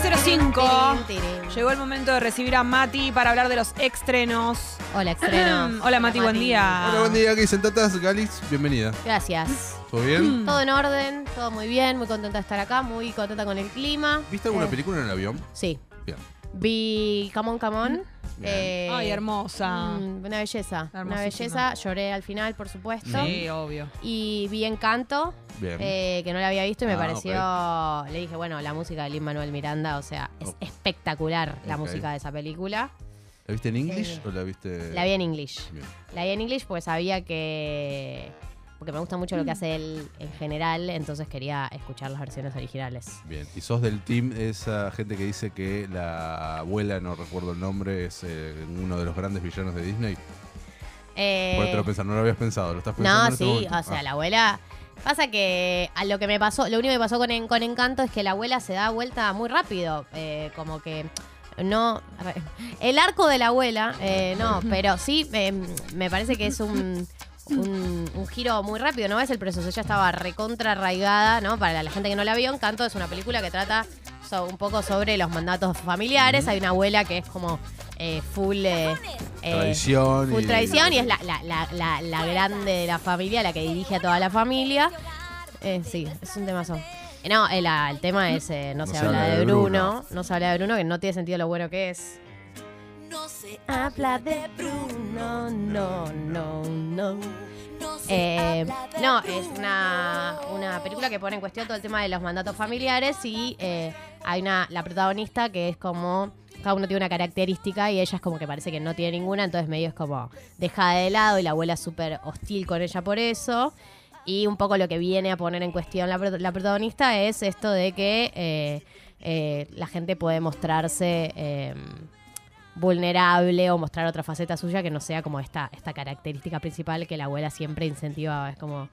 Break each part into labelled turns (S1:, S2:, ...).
S1: 5.
S2: Tirín, tirín.
S1: Llegó el momento de recibir a Mati para hablar de los estrenos.
S2: Hola, estrenos.
S1: Hola Mati, buen
S2: Ah.
S1: día.
S3: Hola, buen día, aquí sentatas, Galix, bienvenida.
S2: Gracias.
S3: ¿Todo bien?
S2: Todo en orden, todo muy bien, muy contenta de estar acá, muy contenta con el clima.
S3: ¿Viste alguna
S2: Eh,
S3: película en el avión?
S2: Sí.
S3: Bien.
S2: Vi Come on, Come on.
S3: Bien.
S2: Eh,
S1: Ay, hermosa.
S2: mm, Una belleza. Una
S1: Hermosísima.
S2: belleza. Lloré al final, por supuesto.
S1: Sí, obvio.
S2: Y vi Encanto,
S3: Bien.
S2: eh, que no la había visto y me
S3: Ah,
S2: pareció. Le dije, bueno, la música de Lin Manuel Miranda, o sea, es
S3: Oh.
S2: espectacular la
S3: Ok.
S2: música de esa película.
S3: ¿La viste en English
S2: eh,
S3: o la viste...?
S2: La vi en English.
S3: Bien.
S2: La vi en English porque sabía que. Porque me gusta mucho lo que hace él en general, entonces quería escuchar las versiones originales.
S3: Bien. ¿Y sos del team esa gente que dice que la abuela, no recuerdo el nombre, es eh, uno de los grandes villanos de Disney?
S2: Eh,
S3: Por otro pensar, no lo habías pensado, lo estás pensando en
S2: no,
S3: este
S2: sí,
S3: momento.
S2: o sea,
S3: Ah,
S2: la abuela. Pasa que a lo que me pasó, lo único que pasó con, En- con Encanto es que la abuela se da vuelta muy rápido. eh, como que no. El arco de la abuela, eh, no, pero sí, eh, me parece que es un. Un, un giro muy rápido, ¿no? Es el proceso. Ella estaba recontra arraigada, ¿no? Para la gente que no la vio, Encanto es una película que trata so- un poco sobre los mandatos familiares. Hay una abuela que es como eh, full. eh, eh,
S3: Tradición.
S2: Full traición y es la, la- la- la- la grande de la familia, la que dirige a toda la familia. Eh, sí, es un temazo. Eh, No, el, el tema es eh, no, se, habla, de Bruno. No se habla de Bruno, que no tiene sentido lo bueno que es.
S4: No se
S2: Habla de Bruno, no, no, no.
S4: no se
S2: Eh,
S4: habla de
S2: no, es una,
S4: Bruno.
S2: una película que pone en cuestión todo el tema de los mandatos familiares y eh, hay una la protagonista que es como cada uno tiene una característica y ella es como que parece que no tiene ninguna, entonces medio es como dejada de lado y la abuela es súper hostil con ella por eso. Y un poco lo que viene a poner en cuestión la, pro- la protagonista es esto de que eh, eh, la gente puede mostrarse eh, vulnerable o mostrar otra faceta suya que no sea como esta, esta característica principal que la abuela siempre incentivaba. Es como.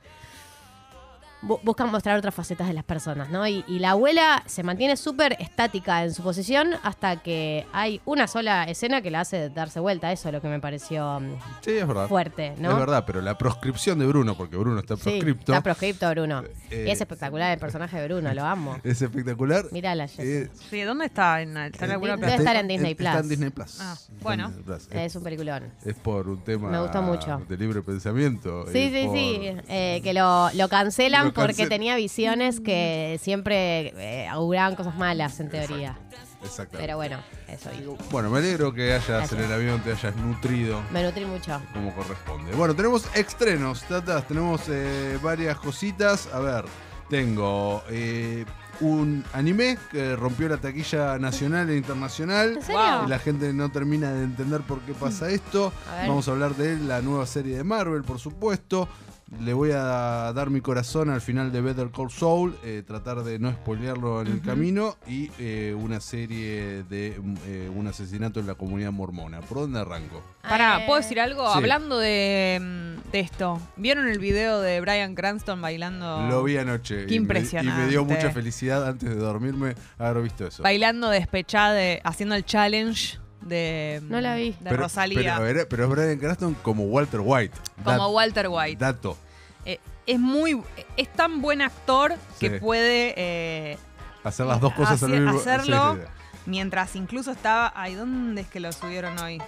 S2: bu- buscan mostrar otras facetas de las personas, ¿no? Y, y la abuela se mantiene súper estática en su posición hasta que hay una sola escena que la hace darse vuelta. Eso es lo que me pareció mm,
S3: Sí, es verdad.
S2: fuerte, ¿no?
S3: Ah, Es verdad, pero la proscripción de Bruno, porque Bruno está
S2: Sí,
S3: proscripto,
S2: está proscripto Bruno.
S3: Eh,
S2: y es espectacular el personaje de Bruno, lo amo.
S3: es espectacular.
S2: Mírala, Jess.
S3: Eh,
S1: Sí, ¿dónde está? ¿En, está en
S2: Sí,
S1: alguna
S2: sí,
S1: plataforma?
S2: Debe estar en Disney
S3: Está
S2: Plus.
S3: en Disney Plus.
S1: Ah,
S3: Está en
S1: bueno.
S3: Disney Plus.
S2: es un peliculón.
S3: Es por un tema
S2: Me gusta mucho.
S3: de libre pensamiento.
S2: Sí,
S3: es
S2: sí,
S3: por-
S2: sí. Eh, que lo, lo cancelan
S3: Lo
S2: porque
S3: cancel-
S2: tenía visiones que siempre eh, auguraban cosas malas, en teoría. Pero
S3: Exactamente.
S2: bueno, eso. y
S3: bueno. me alegro que hayas
S2: Gracias.
S3: en el avión, te hayas nutrido
S2: Me nutrí mucho.
S3: como corresponde. Bueno, tenemos estrenos, tatas, tenemos eh, varias cositas. A ver, tengo eh, un anime que rompió la taquilla nacional e internacional.
S2: ¿En serio? Mm.
S3: Y la gente no termina de entender por qué pasa esto.
S2: A ver.
S3: Vamos a hablar de la nueva serie de Marvel, por supuesto. Le voy a dar mi corazón al final de Better Call Saul, eh, tratar de no spoilearlo en el camino. Y eh, una serie de mm, eh, un asesinato en la comunidad mormona. ¿Por dónde arranco?
S2: Eh,
S1: Pará, ¿puedo decir algo?
S3: Sí.
S1: Hablando de, mm, de esto, ¿vieron el video de Brian Cranston bailando?
S3: Lo vi
S1: Qué
S3: anoche. y me- Y me,
S1: impresionante.
S3: dio mucha felicidad antes de dormirme haber visto eso.
S1: Bailando despechada, de- haciendo el challenge de, mm,
S2: No la vi.
S1: de
S3: pero,
S1: Rosalía.
S3: Pero, eh, era- pero es Brian Cranston como Walter White.
S1: como Walter White.
S3: Dato.
S1: Eh, es muy. Es tan buen actor
S3: Sí.
S1: que puede. eh,
S3: Hacer las dos cosas al
S1: Hacer-
S3: mismo-
S1: hacerlo.
S3: Sí, sí, sí.
S1: mientras incluso estaba. Ay, ¿dónde es que lo subieron hoy?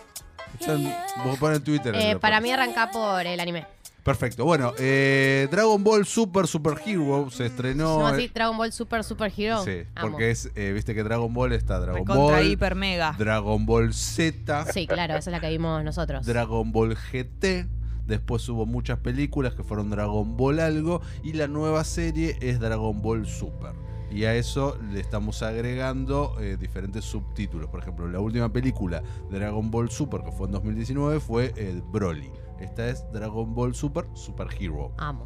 S3: Están- vos ponen Twitter.
S2: Eh,
S3: ahí lo
S2: para
S3: ponen.
S2: mí arranca por el anime.
S3: Perfecto. Bueno, eh, Dragon Ball Super Super Hero se estrenó.
S2: No, así,
S3: eh,
S2: Dragon Ball Super Super Hero.
S3: sí,
S2: Amo.
S3: porque es, eh, viste que Dragon Ball está Dragon
S1: Recontra
S3: Ball,
S1: hiper mega.
S3: Dragon Ball Z,
S2: Sí, claro, esa es la que vimos nosotros.
S3: Dragon Ball GT. Después hubo muchas películas que fueron Dragon Ball algo y la nueva serie es Dragon Ball Super. Y a eso le estamos agregando eh, diferentes subtítulos. Por ejemplo, la última película de Dragon Ball Super que fue en 2019 fue eh, Broly. Esta es Dragon Ball Super Super Hero.
S2: Amo.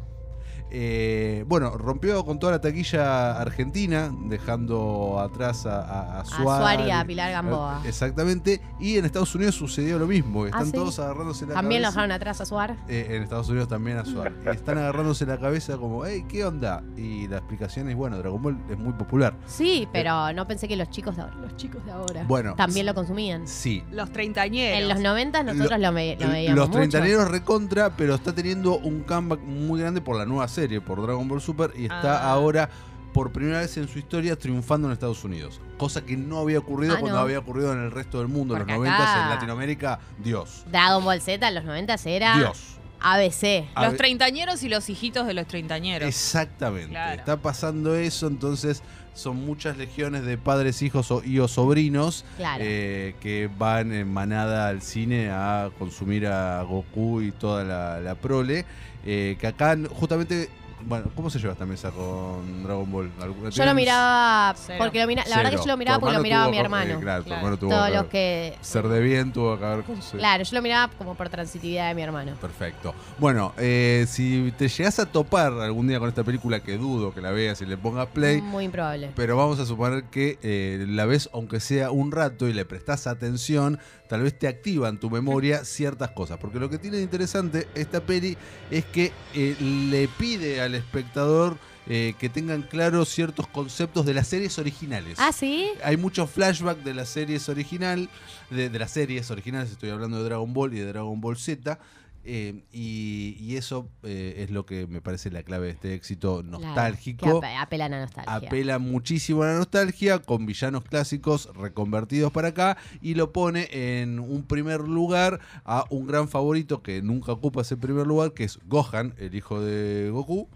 S3: Eh, bueno, rompió con toda la taquilla argentina, dejando atrás a, a, a
S2: A
S3: Suárez.
S2: Suárez y a Pilar Gamboa.
S3: Eh,
S2: ¿Ah,
S3: Exactamente. Y en Estados Unidos sucedió lo mismo. Están
S2: sí?
S3: todos agarrándose la
S2: También lo
S3: cabeza.
S2: dejaron atrás a Suar.
S3: Eh, en Estados Unidos también a Suárez. Y Están agarrándose la cabeza como, hey, ¿qué onda? Y la explicación es, bueno, Dragon Ball es muy popular.
S2: Sí,
S3: Eh.
S2: pero no pensé que los chicos de ahora, los chicos de ahora
S3: Bueno.
S2: también lo consumían.
S3: Sí.
S1: Los treintañeros.
S2: En los 90 nosotros lo, ve- lo veíamos
S3: Los
S2: mucho.
S3: treintaneros recontra, pero está teniendo un comeback muy grande por la nueva serie, por Dragon Ball Super, y está
S1: Ah.
S3: ahora por primera vez en su historia triunfando en Estados Unidos. Cosa que no había ocurrido
S2: Ah,
S3: cuando
S2: no.
S3: había ocurrido en el resto del mundo, en
S2: Porque
S3: los 90 en
S2: acá-
S3: Latinoamérica, Dios.
S2: Dragon Ball Z en los 90 era
S3: Dios.
S2: ABC.
S3: A
S1: Los
S3: ver-
S1: treintañeros y los hijitos de los treintañeros.
S3: Exactamente.
S1: Claro.
S3: Está pasando eso, entonces son muchas legiones de padres, hijos o- y o sobrinos
S2: Claro.
S3: eh, que van en manada al cine a consumir a Goku y toda la, la prole. eh, que acá n- justamente, bueno, ¿cómo se lleva esta mesa con Dragon Ball? ¿Alguna-
S2: yo lo
S3: tienen?
S2: miraba.
S1: Cero.
S2: Porque lo mira, la
S3: Cero.
S2: verdad que yo lo miraba
S3: Tu
S2: porque lo miraba
S3: tuvo
S2: mi
S3: co- eh,
S2: hermano.
S3: claro, tu
S1: Claro.
S3: hermano tuvo
S2: Todos
S3: que
S2: los
S3: ver-
S2: que.
S3: Ser de bien tuvo que ver con su-
S2: Claro, yo lo miraba como por transitividad de mi hermano.
S3: Perfecto. Bueno, eh, si te llegas a topar algún día con esta película, que dudo que la veas y le pongas play,
S2: Muy improbable.
S3: Pero vamos a suponer que eh, la ves aunque sea un rato y le prestás atención, tal vez te activan tu memoria ciertas cosas. Porque lo que tiene de interesante esta peli es que eh, le pide al espectador eh, que tengan claros ciertos conceptos de las series originales.
S2: Ah, sí.
S3: Hay mucho flashback de las series original, de, de las series originales, estoy hablando de Dragon Ball y de Dragon Ball Z. eh, y, y eso eh, es lo que me parece la clave de este éxito
S2: Claro,
S3: nostálgico
S2: que ap- apelan a nostalgia.
S3: apela muchísimo a la nostalgia con villanos clásicos reconvertidos para acá y lo pone en un primer lugar a un gran favorito que nunca ocupa ese primer lugar, que es Gohan, el hijo de Goku.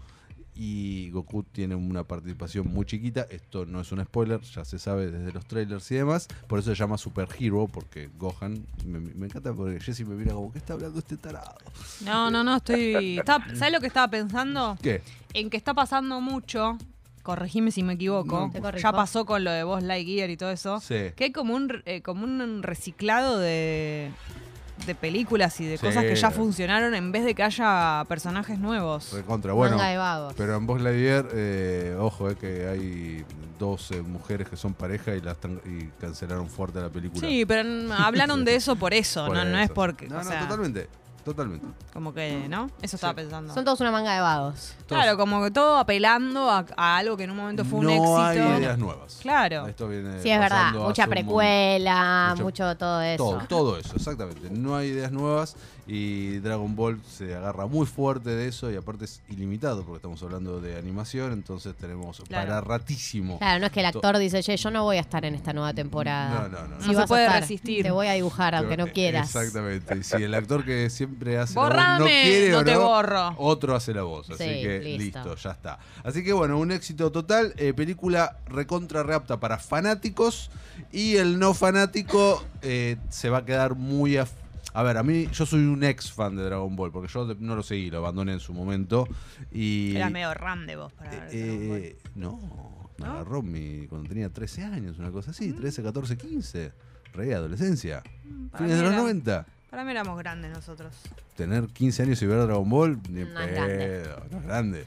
S3: Y Goku tiene una participación muy chiquita. Esto no es un spoiler, ya se sabe desde los trailers y demás. Por eso se llama Super Hero, porque Gohan. Me, me encanta porque Jesse me mira como, ¿qué está hablando este tarado?
S1: No, no, no, estoy. estaba- ¿Sabes lo que estaba pensando?
S3: ¿Qué?
S1: En que está pasando mucho, corregime si me equivoco,
S3: No,
S2: Te corrijo.
S1: ya pasó con lo de Buzz Lightyear y todo eso,
S3: Sí.
S1: que hay como un, eh, como un reciclado de, de películas y de
S3: Sí.
S1: cosas que ya funcionaron en vez de que haya personajes nuevos.
S3: Recontra. Bueno,
S2: Manga de vagos.
S3: Pero en Buzz Lightyear, eh, ojo, eh, que hay dos eh, mujeres que son pareja y, las tan- y cancelaron fuerte la película.
S1: Sí, pero mm, hablaron de eso por eso,
S3: Por
S1: no, no es
S3: eso.
S1: porque.
S3: No,
S1: o
S3: no,
S1: sea,
S3: totalmente. Totalmente.
S1: Como que, ¿no? Eso estaba pensando.
S2: Son todos una manga de vagos.
S1: Claro, como que todo apelando a, a algo que en un momento fue un
S3: no
S1: éxito.
S3: hay ideas nuevas.
S1: Claro.
S3: Esto viene
S2: Sí, es verdad.
S3: Eh, pasando hace
S2: Mucha
S3: un mon-
S2: precuela,
S3: Mucho-
S2: mucho todo eso.
S3: Todo, todo eso, exactamente. No hay ideas nuevas y Dragon Ball se agarra muy fuerte de eso y aparte es ilimitado porque estamos hablando de animación, entonces tenemos
S1: Claro.
S3: para ratísimo.
S2: Claro, no es que el actor dice, che, yo no voy a estar en esta nueva temporada.
S3: No, no, no.
S1: No se
S2: vas a
S1: puede
S2: estar,
S1: resistir.
S2: Te voy a dibujar, aunque no
S3: Pero,
S2: quieras.
S3: Exactamente. Y si el actor que siempre hace la voz
S1: Borrame,
S3: no quiere
S1: no
S3: o
S1: te
S3: no,
S1: borro.
S3: otro hace la voz. Así
S2: Sí,
S3: que listo.
S2: listo.
S3: ya está. Así que bueno, un éxito total. eh, película recontra reapta para fanáticos. Y el no fanático eh, se va a quedar muy af- a ver, a mí yo soy un ex fan de Dragon Ball, porque yo de- no lo seguí, lo abandoné en su momento. Y,
S1: Eras medio ram de vos para ver Dragon Ball.
S3: eh, no,
S1: ¿No?
S3: me
S1: Mm.
S3: agarró mi, cuando tenía 13 años, una cosa así, 13, 14, 15. Re adolescencia.
S2: Ah,
S1: para
S3: Fines de
S1: mí
S3: los
S1: era-
S3: 90.
S1: Para mí éramos grandes nosotros.
S3: Tener 15 años y ver Dragon Ball, ni en
S2: No es grande.
S3: pedo, no es grande.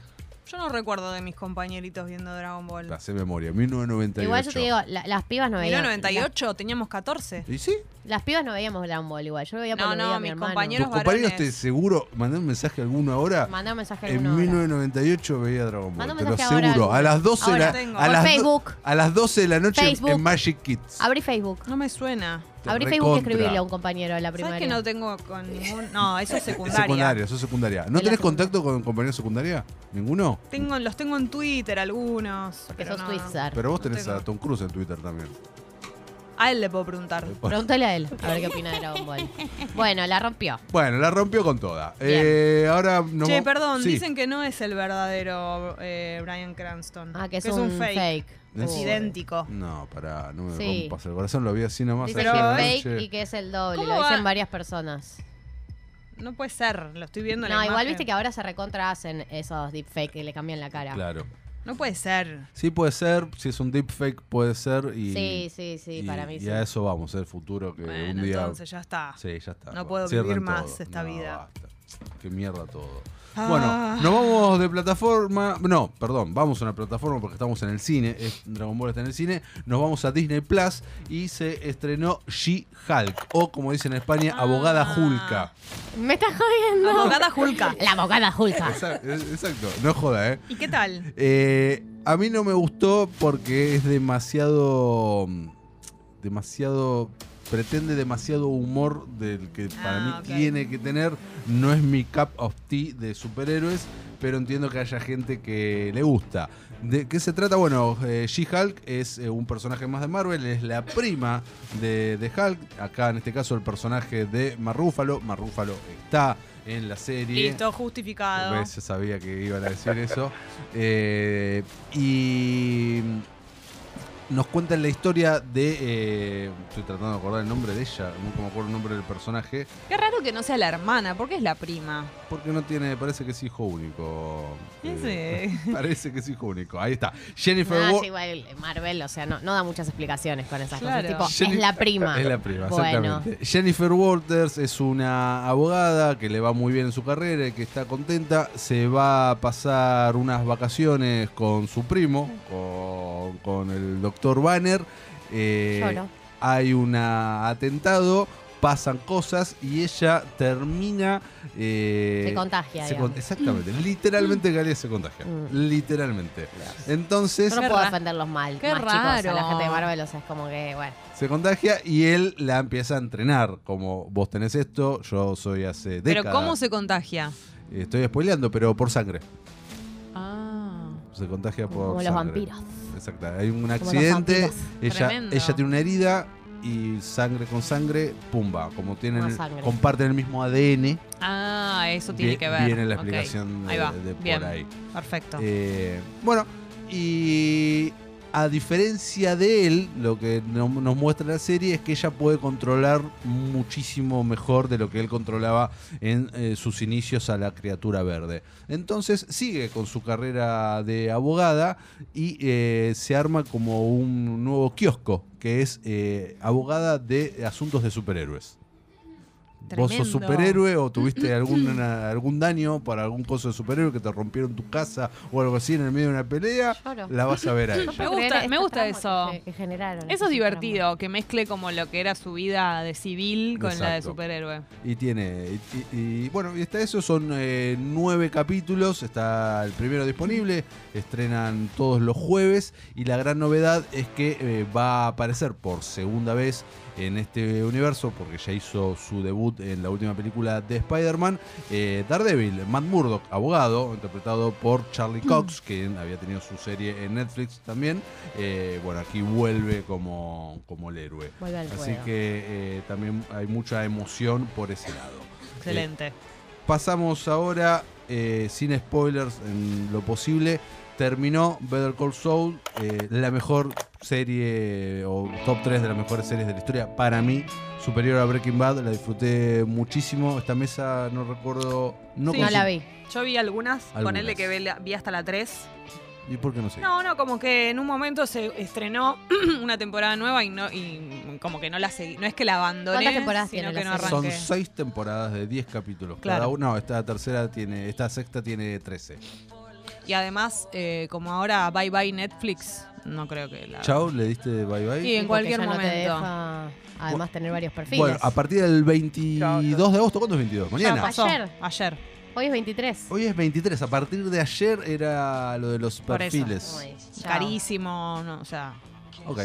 S1: Yo no recuerdo de mis compañeritos viendo Dragon Ball.
S3: Hace memoria, 1998.
S2: Igual yo te digo, la- las pibas no
S1: Mirá,
S2: veían.
S1: 98, teníamos 14.
S3: ¿Y sí?
S2: la- las pibas no veíamos Dragon Ball igual. Yo lo veía
S1: No,
S2: porque lo
S1: no,
S2: veía mi
S1: mis
S2: hermano.
S1: compañeros-
S3: Tus
S1: varones.
S3: compañeros te seguro, mandé un mensaje a alguno ahora.
S2: Mandá un mensaje a
S3: En
S2: alguno ahora.
S3: 1998 veía Dragon Ball,
S2: Mandá un
S3: te lo
S2: mensaje ahora
S3: seguro. A
S2: al-
S3: las 12 de
S1: Ahora
S3: la,
S1: tengo.
S3: a
S1: Por
S3: las do-
S2: Facebook.
S3: a las 12 de la noche en-
S2: Facebook.
S3: en Magic Kids.
S2: Abrí Facebook.
S1: No me suena.
S3: Te
S2: Abrí Facebook y
S3: recontra.
S2: escribirle a un compañero de la primaria.
S1: ¿Sabes que no tengo con ningún.? No, eso es
S3: Es
S1: secundaria.
S3: secundaria, sos secundaria. ¿No
S2: En la
S3: tenés
S2: secundaria.
S3: contacto con compañeros de secundaria? ¿Ninguno?
S1: Tengo, los tengo en Twitter algunos.
S2: Porque
S1: pero
S2: sos
S1: no.
S2: Twitter.
S3: Pero vos
S1: No
S3: tenés
S1: tengo.
S3: a Tom Cruise en Twitter también.
S1: A él le puedo preguntar.
S2: Pregúntale a él, a ver qué opina de Dragon Ball. Bueno, la rompió.
S3: Bueno, la rompió con toda.
S2: Bien.
S3: Eh, ahora no.
S1: che, perdón, dicen que no es el verdadero eh, Brian Cranston.
S2: Ah, que es, un, fake.
S1: Es
S2: Uy.
S1: idéntico.
S3: No, pará, no me
S2: Sí.
S3: rompas el corazón, lo vi así nomás.
S2: Dice
S1: Pero
S2: que
S1: a
S2: es
S1: ver,
S2: fake
S3: che.
S2: y que es el doble.
S1: ¿Cómo
S2: Lo dicen
S1: va?
S2: varias personas.
S1: No puede ser, lo estoy viendo en
S2: No,
S1: la
S2: igual
S1: imagen.
S2: viste que ahora se recontra hacen esos deepfakes que le cambian la cara.
S3: Claro.
S1: No puede ser.
S3: Sí puede ser, si es un deepfake puede ser y.
S2: Sí, sí, sí,
S3: y-
S2: para mí
S3: Y
S2: sí.
S3: a eso vamos, ¿eh? el futuro que
S1: Bueno,
S3: un día.
S1: entonces ya está.
S3: Sí, ya está.
S1: No
S3: va,
S1: puedo
S3: cierran
S1: vivir más
S3: todo.
S1: esta
S3: No,
S1: vida.
S3: basta. Qué mierda todo.
S1: Ah.
S3: Bueno, nos vamos de plataforma. No, perdón, vamos a una plataforma porque estamos en el cine. es- Dragon Ball está en el cine. Nos vamos a Disney Plus y se estrenó She-Hulk. O como dicen en España,
S1: Ah.
S3: Abogada Hulka.
S2: Me estás jodiendo.
S1: Abogada Julka.
S2: La abogada Julka.
S3: Exacto, exacto, no joda, ¿eh?
S1: ¿Y qué tal?
S3: Eh, A mí no me gustó porque es demasiado. mm, demasiado. pretende demasiado humor del que para mí
S1: Ah, ok.
S3: tiene que tener. No es mi cup of tea de superhéroes, pero entiendo que haya gente que le gusta. ¿De qué se trata? Bueno, eh, She-Hulk es eh, un personaje más de Marvel, es la prima de, de Hulk. Acá en este caso el personaje de Marrúfalo. Marrúfalo está en la serie.
S1: Listo, justificado.
S3: Ves, yo sabía que iban a decir eso. Eh, y nos cuentan la historia de. eh, estoy tratando de acordar el nombre de ella, nunca me acuerdo el nombre del personaje.
S1: Qué raro que no sea la hermana, porque es la prima.
S3: Porque no tiene, parece que es hijo único.
S1: ¿Quién
S3: Eh, Parece que es hijo único. Ahí está. Jennifer
S2: Ah,
S3: Wa-
S2: sí, igual Marvel, o sea, no, no da muchas explicaciones con esas
S1: Claro.
S2: cosas. Tipo,
S3: Jennifer-
S2: es la prima.
S3: Es la prima,
S2: Ah, Bueno.
S3: exactamente. Jennifer Walters es una abogada que le va muy bien en su carrera y que está contenta. Se va a pasar unas vacaciones con su primo, con, con el doctor Banner. Eh,
S2: Yo no.
S3: Hay un atentado, pasan cosas y ella termina. eh,
S2: Se contagia,
S3: se
S2: digamos.
S3: con- exactamente, literalmente Galia se contagia.
S2: Mm.
S3: Literalmente.
S2: Dios.
S3: Entonces.
S2: Yo no
S1: Qué
S2: puedo
S1: ra-
S2: defenderlos mal.
S1: qué
S2: más chicos, a la
S1: raro.
S2: gente de Marvel, o sea, es como que, bueno.
S3: se contagia y él la empieza a entrenar. Como vos tenés esto, yo soy hace décadas. Eh,
S1: Pero ¿cómo se contagia?
S3: Estoy spoileando, pero por sangre.
S1: Ah.
S3: Se contagia por
S2: Como los
S3: sangre.
S2: vampiros.
S3: Exacto. Hay un
S2: los
S3: accidente,
S2: vampiros.
S3: ella,
S1: Tremendo.
S3: ella tiene una herida y sangre con sangre, pumba. Como tienen,
S2: Más sangre.
S3: comparten el mismo ADN,
S1: Ah, eso tiene
S3: vie-
S1: que ver.
S3: viene la
S1: Ok.
S3: explicación de-
S1: Ahí va.
S3: de, por
S1: Bien.
S3: ahí.
S1: Perfecto.
S3: Eh, bueno, y a diferencia de él, lo que no- nos muestra la serie es que ella puede controlar muchísimo mejor de lo que él controlaba en eh, sus inicios a la criatura verde. Entonces sigue con su carrera de abogada y eh, se arma como un nuevo kiosco, que es eh, abogada de asuntos de superhéroes. ¿Vos sos
S1: Tremendo.
S3: superhéroe o tuviste algún, una- algún daño por algún coso de superhéroe que te rompieron tu casa o algo así en el medio de una pelea?
S2: Lloro.
S3: La vas a ver
S2: No
S3: a ella.
S2: puedo
S1: Me gusta-
S2: creer
S1: me
S2: estos
S1: gusta
S2: traumas
S1: eso.
S2: Que, se- que generaron.
S1: Eso
S2: estos
S1: es
S2: traumas.
S1: divertido, que mezcle como lo que era su vida de civil con la de
S3: Exacto.
S1: superhéroe.
S3: Y tiene. Y, y- y, bueno, y está eso, son eh, nueve capítulos. Está el primero disponible. Estrenan todos los jueves. Y la gran novedad es que eh, va a aparecer por segunda vez en este universo, porque ya hizo su debut en la última película de Spider-Man. eh, Daredevil, Matt Murdock, abogado, interpretado por Charlie Cox, quien había tenido su serie en Netflix también. Eh, bueno, aquí vuelve como, como el héroe.
S2: Vuelve al
S3: Así
S2: juego.
S3: que eh, también hay mucha emoción por ese lado.
S1: Excelente.
S3: Pasamos ahora, eh, sin spoilers en lo posible, terminó Better Call Saul, eh, la mejor serie o top 3 de las mejores series de la historia para mí, superior a Breaking Bad, la disfruté muchísimo. Esta mesa no recuerdo... No,
S1: Sí,
S2: No la
S3: consum-
S2: vi.
S1: Yo vi algunas,
S3: Algunas.
S1: ponele que ve la- vi hasta la 3.
S3: ¿Y por qué no sé?
S1: No, no, como que en un momento se estrenó una temporada nueva y no y como que no la seguí. No es que la abandoné,
S2: ¿Cuántas temporadas
S1: sino
S2: tiene
S1: que
S2: la
S1: no
S2: serie?
S1: arranqué.
S3: Son seis temporadas de 10 capítulos. Cada
S1: Claro.
S3: una, no, esta tercera tiene, esta sexta tiene 13.
S1: Y además, eh, como ahora Bye Bye Netflix, no creo que la...
S3: Chao, le diste bye bye.
S1: Sí, en
S2: Porque
S1: cualquier
S2: ya no te
S1: momento.
S2: deja, además, tener varios perfiles.
S3: Bueno, a partir del 22 de agosto, ¿cuándo es 22?
S1: Ya
S3: Mañana.
S1: pasó,
S2: Ayer.
S1: Ayer.
S2: Hoy es 23.
S3: Hoy es 23, a partir de ayer era lo de los
S1: Por eso.
S3: perfiles.
S2: Uy, chao.
S1: Carísimo, no, o sea,
S3: Ok.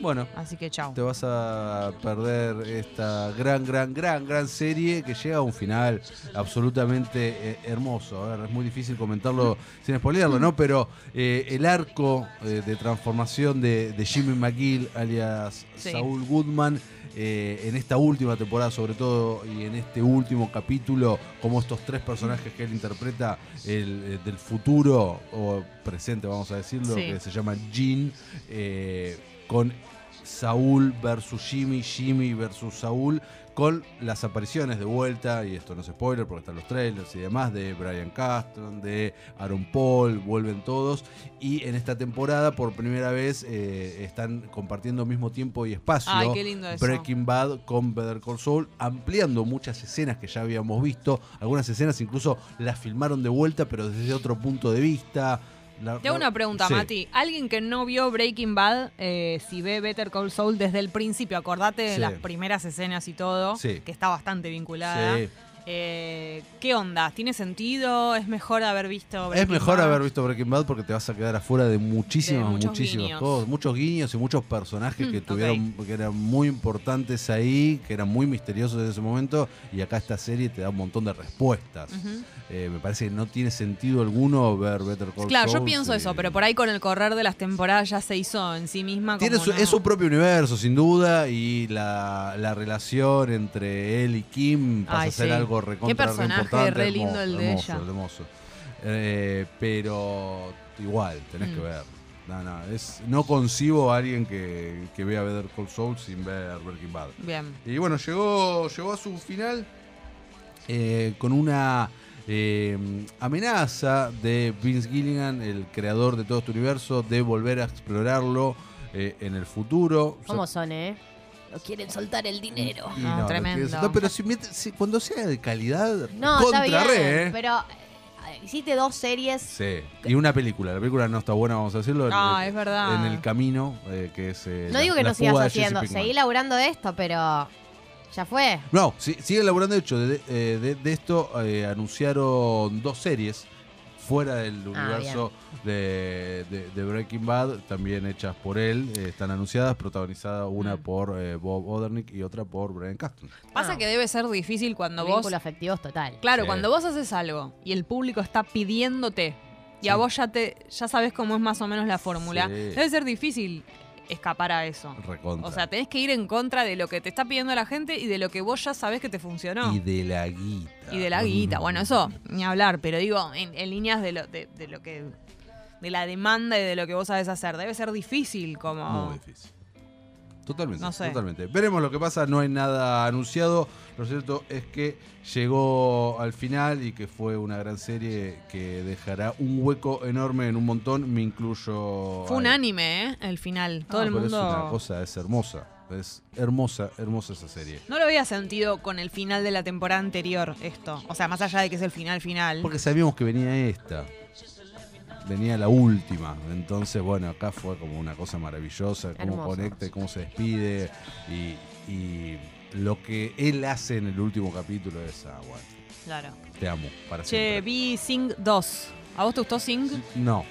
S3: Bueno,
S1: así que chao.
S3: te vas a perder esta gran, gran, gran, gran serie que llega a un final absolutamente eh, hermoso. A ver, es muy difícil comentarlo sin spoilearlo, ¿no? Pero eh, el arco eh, de transformación de, de Jimmy McGill, alias
S1: Sí.
S3: Saúl Goodman, eh, en esta última temporada sobre todo y en este último capítulo, como estos tres personajes que él interpreta el, eh, del futuro o presente, vamos a decirlo,
S1: Sí.
S3: que se llama Jean, eh, con Saúl versus Jimmy, Jimmy versus Saúl, con las apariciones de vuelta, y esto no es spoiler porque están los trailers y demás, de Brian Castron, de Aaron Paul, vuelven todos, y en esta temporada por primera vez eh, están compartiendo mismo tiempo y espacio.
S1: Ay, qué lindo eso.
S3: Breaking Bad con Better Call Saul, ampliando muchas escenas que ya habíamos visto. Algunas escenas incluso las filmaron de vuelta, pero desde otro punto de vista. La-
S1: Te hago una pregunta,
S3: Sí.
S1: Mati. Alguien que no vio Breaking Bad, eh, si ve Better Call Saul desde el principio, acordate de
S3: Sí.
S1: las primeras escenas y todo,
S3: Sí.
S1: que está bastante vinculada.
S3: Sí.
S1: Eh, ¿Qué onda? ¿Tiene sentido? ¿Es mejor haber visto
S3: Es
S1: Breaking
S3: mejor
S1: Bad?
S3: haber visto Breaking Bad porque te vas a quedar afuera de muchísimas,
S1: De muchos
S3: muchísimas
S1: guiños.
S3: cosas. Muchos guiños y muchos personajes que
S1: Mm,
S3: tuvieron, que eran muy importantes ahí, que eran muy misteriosos en ese momento. Y acá esta serie te da un montón de respuestas.
S1: Ujú.
S3: Eh, me parece que no tiene sentido alguno ver Better Call
S1: Claro, yo
S3: Saul, eh,
S1: pienso
S3: sí.
S1: eso, pero por ahí con el correr de las temporadas ya se hizo en sí misma.
S3: Tiene
S1: como
S3: su-
S1: no-
S3: Es su propio universo, sin duda, y la, la relación entre él y Kim pasa
S1: Ay,
S3: a ser
S1: sí.
S3: algo recontra
S1: Qué personaje,
S3: reimportante,
S1: re lindo
S3: hermoso,
S1: el de
S3: hermoso,
S1: ella.
S3: hermoso. Eh, pero igual, tenés
S1: Mm.
S3: que ver. No, no, es, no concibo a alguien que, que vea Better Call Saul sin ver Breaking Bad.
S1: Bien.
S3: Y bueno, llegó, llegó a su final eh, con una eh, amenaza de Vince Gilligan, el creador de todo este universo, de volver a explorarlo eh, en el futuro.
S2: ¿Cómo son, eh?
S4: No quieren soltar el dinero.
S3: Y
S1: Ah,
S3: no, no
S1: tremendo.
S3: quiere soltar, pero si mete- si- cuando sea de calidad,
S2: No,
S3: contra
S2: está bien.
S3: re, ¿eh?
S2: Pero eh, hiciste dos series.
S3: Sí. Y una película. La película no está buena, vamos a decirlo. en-
S1: Ah,
S3: en,
S1: es verdad.
S3: En el camino, eh, que es. eh,
S2: No
S3: la-
S2: digo que
S3: la
S2: no
S3: fuga
S2: sigas
S3: de Jesse
S2: haciendo.
S3: Pinkman.
S2: Seguí laburando de esto, pero ya fue.
S3: No, si- siguen laburando. De hecho, de, eh, de- de esto eh, anunciaron dos series fuera
S1: Ah,
S3: del universo de, de- de Breaking Bad, también hechas por él. eh, están anunciadas, protagonizadas una
S1: Mm.
S3: por eh, Bob Odernick y otra por Brian Castro.
S1: Pasa
S2: Ah.
S1: que debe ser difícil cuando
S2: Vínculos
S1: vos.
S2: afectivos total.
S1: Claro,
S3: Sí.
S1: cuando vos haces algo y el público está pidiéndote y
S3: Sí.
S1: a vos ya te ya sabes cómo es más o menos la fórmula,
S3: Sí.
S1: debe ser difícil escapar a eso.
S3: Recontra.
S1: O sea, tenés que ir en contra de lo que te está pidiendo la gente y de lo que vos ya sabés que te funcionó.
S3: Y de la guita.
S1: Y de la guita.
S3: Mm.
S1: Bueno, eso ni hablar, pero digo, en, en líneas de lo, de, de lo que. de la demanda y de lo que vos sabés hacer. Debe ser difícil como.
S3: Muy difícil. Totalmente,
S1: Oh. No sé.
S3: totalmente. Veremos lo que pasa, no hay nada anunciado. Lo cierto es que llegó al final y que fue una gran serie que dejará un hueco enorme en un montón, me incluyo.
S1: Fue un
S3: ahí.
S1: anime, ¿eh? El final. Todo
S3: Ah,
S1: el
S3: pero Es una
S1: mundo.
S3: cosa, es hermosa. Es hermosa, hermosa esa serie.
S1: No lo había sentido con el final de la temporada anterior, esto. O sea, más allá de que es el final final.
S3: Porque sabíamos que venía esta. Venía la última. Entonces, bueno, acá fue como una cosa maravillosa, cómo
S2: Hermoso.
S3: conecta, y cómo se despide. Y, y lo que él hace en el último capítulo es ah, bueno,
S1: Claro.
S3: Te amo, para
S1: Che,
S3: siempre.
S1: vi Sing 2. ¿A vos te gustó Sing?
S3: No.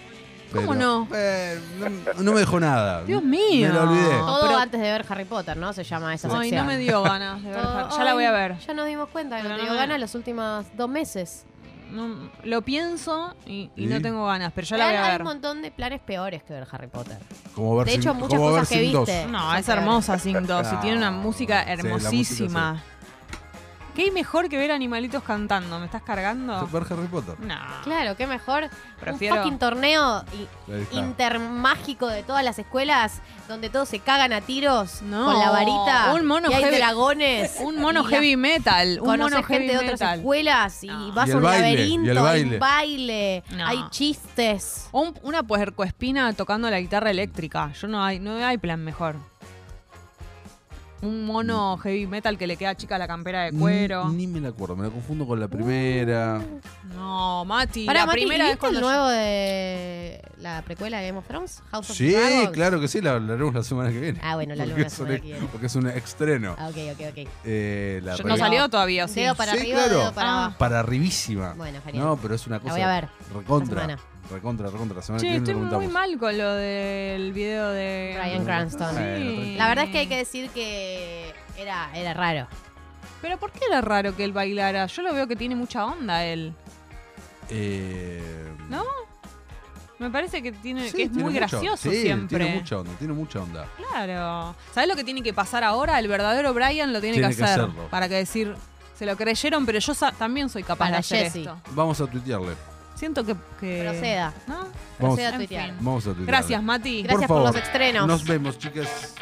S1: ¿Cómo no?
S3: eh, no? no me dejó nada.
S1: Dios mío.
S3: Me lo olvidé.
S1: No,
S2: Todo
S1: pero-
S2: antes de ver Harry Potter, ¿no? Se llama esa
S1: Ay, no
S2: sección.
S1: me dio ganas de ver.
S2: Todo-
S1: Har- ya la
S2: ay,
S1: voy a ver.
S2: Ya nos dimos cuenta que
S1: Pero
S2: no te
S1: no
S2: dio
S1: me-
S2: ganas los últimos dos meses.
S1: No, lo pienso y, y no
S3: ¿Y?
S1: tengo ganas, pero ya la voy
S2: Hay,
S1: a
S2: hay
S1: ver.
S2: un montón de planes peores que ver Harry Potter.
S3: Como ver
S2: De hecho,
S3: Sing-
S2: muchas
S3: como ver
S2: cosas que
S3: Sing dos.
S2: viste.
S1: No,
S2: Son
S1: es hermosa Sing 2 y
S3: Ah,
S1: tiene una música
S3: sí, la música,
S1: hermosísima. ¿Qué hay mejor que ver animalitos cantando? ¿Me estás cargando?
S3: Ver Harry Potter.
S1: No.
S2: Claro, qué mejor.
S1: Ah. Prefiero-
S2: Un fucking torneo y-
S3: Ahí está.
S2: intermágico de todas las escuelas donde todos se cagan a tiros
S1: No.
S2: con la varita.
S1: Un mono
S2: y hay
S1: heavy-
S2: dragones.
S1: Un mono
S2: y la-
S1: heavy metal. Un
S2: conocer
S1: mono
S2: gente
S1: heavy
S2: de otras
S1: metal.
S2: escuelas y
S1: No.
S2: vas
S3: Y
S2: a
S3: el
S2: un
S3: baile, y
S2: laberinto,
S3: el
S2: hay
S3: baile.
S2: un baile,
S1: No.
S2: hay chistes.
S1: O un- una puercoespina tocando la guitarra eléctrica. Yo no hay, no hay plan mejor. Un mono heavy metal que le queda chica la campera de cuero.
S3: Mm. Ni, ni me la acuerdo, me la confundo con la primera.
S1: No, Mati,
S2: Para
S1: la
S2: Mati,
S1: primera es
S2: ¿viste el
S1: cuando yo-
S2: nuevo de la precuela de Game of Thrones? House of
S3: Sí,
S2: Dragons?
S3: claro que sí, la hablaremos la semana que viene.
S2: Ah, bueno, la
S3: porque,
S2: luna
S3: es un,
S2: se
S3: ex- porque es un extremo.
S2: Ah, ok, ok, ok.
S3: Eh, la
S1: yo-
S3: re-
S1: no salió todavía, ¿o sí.
S2: Dedo para
S3: Sí,
S2: arriba,
S3: claro.
S2: dedo para
S1: Ah.
S2: abajo.
S3: para arribísima.
S2: Bueno, genial.
S3: no, pero es una cosa.
S2: voy a ver
S3: Recontra.
S2: la semana.
S3: Recontra, recontra. La semana
S1: Che,
S3: que viene
S1: estoy
S3: lo
S1: muy
S3: comentamos.
S1: mal con lo del video de
S2: Bryan Cranston.
S3: Bueno,
S1: Sí.
S3: tranquilo.
S2: La verdad es que hay que decir que era, era raro.
S1: Pero ¿por qué era raro que él bailara? Yo lo veo que tiene mucha onda él.
S3: Eh,
S1: ¿No? Me parece que tiene
S3: sí,
S1: que es
S3: tiene
S1: muy
S3: mucha-
S1: gracioso
S3: sí,
S1: siempre.
S3: Tiene mucha onda, tiene mucha onda.
S1: Claro. ¿Sabes lo que tiene que pasar ahora? El verdadero Brian lo tiene,
S3: Tiene
S1: que,
S3: que
S1: hacer.
S3: hacerlo.
S1: Para que decir, se lo creyeron, pero yo sa- también soy capaz de
S2: Para
S1: hacer
S2: Jesse.
S1: esto.
S3: Vamos a tuitearle.
S1: Siento que. que-
S2: Proceda.
S1: ¿No?
S3: Vamos,
S2: Proceda a
S1: En
S2: tuitear.
S1: fin.
S3: vamos a tuitearle.
S1: Gracias, Mati.
S2: Gracias por los estrenos.
S3: Nos vemos, chicas.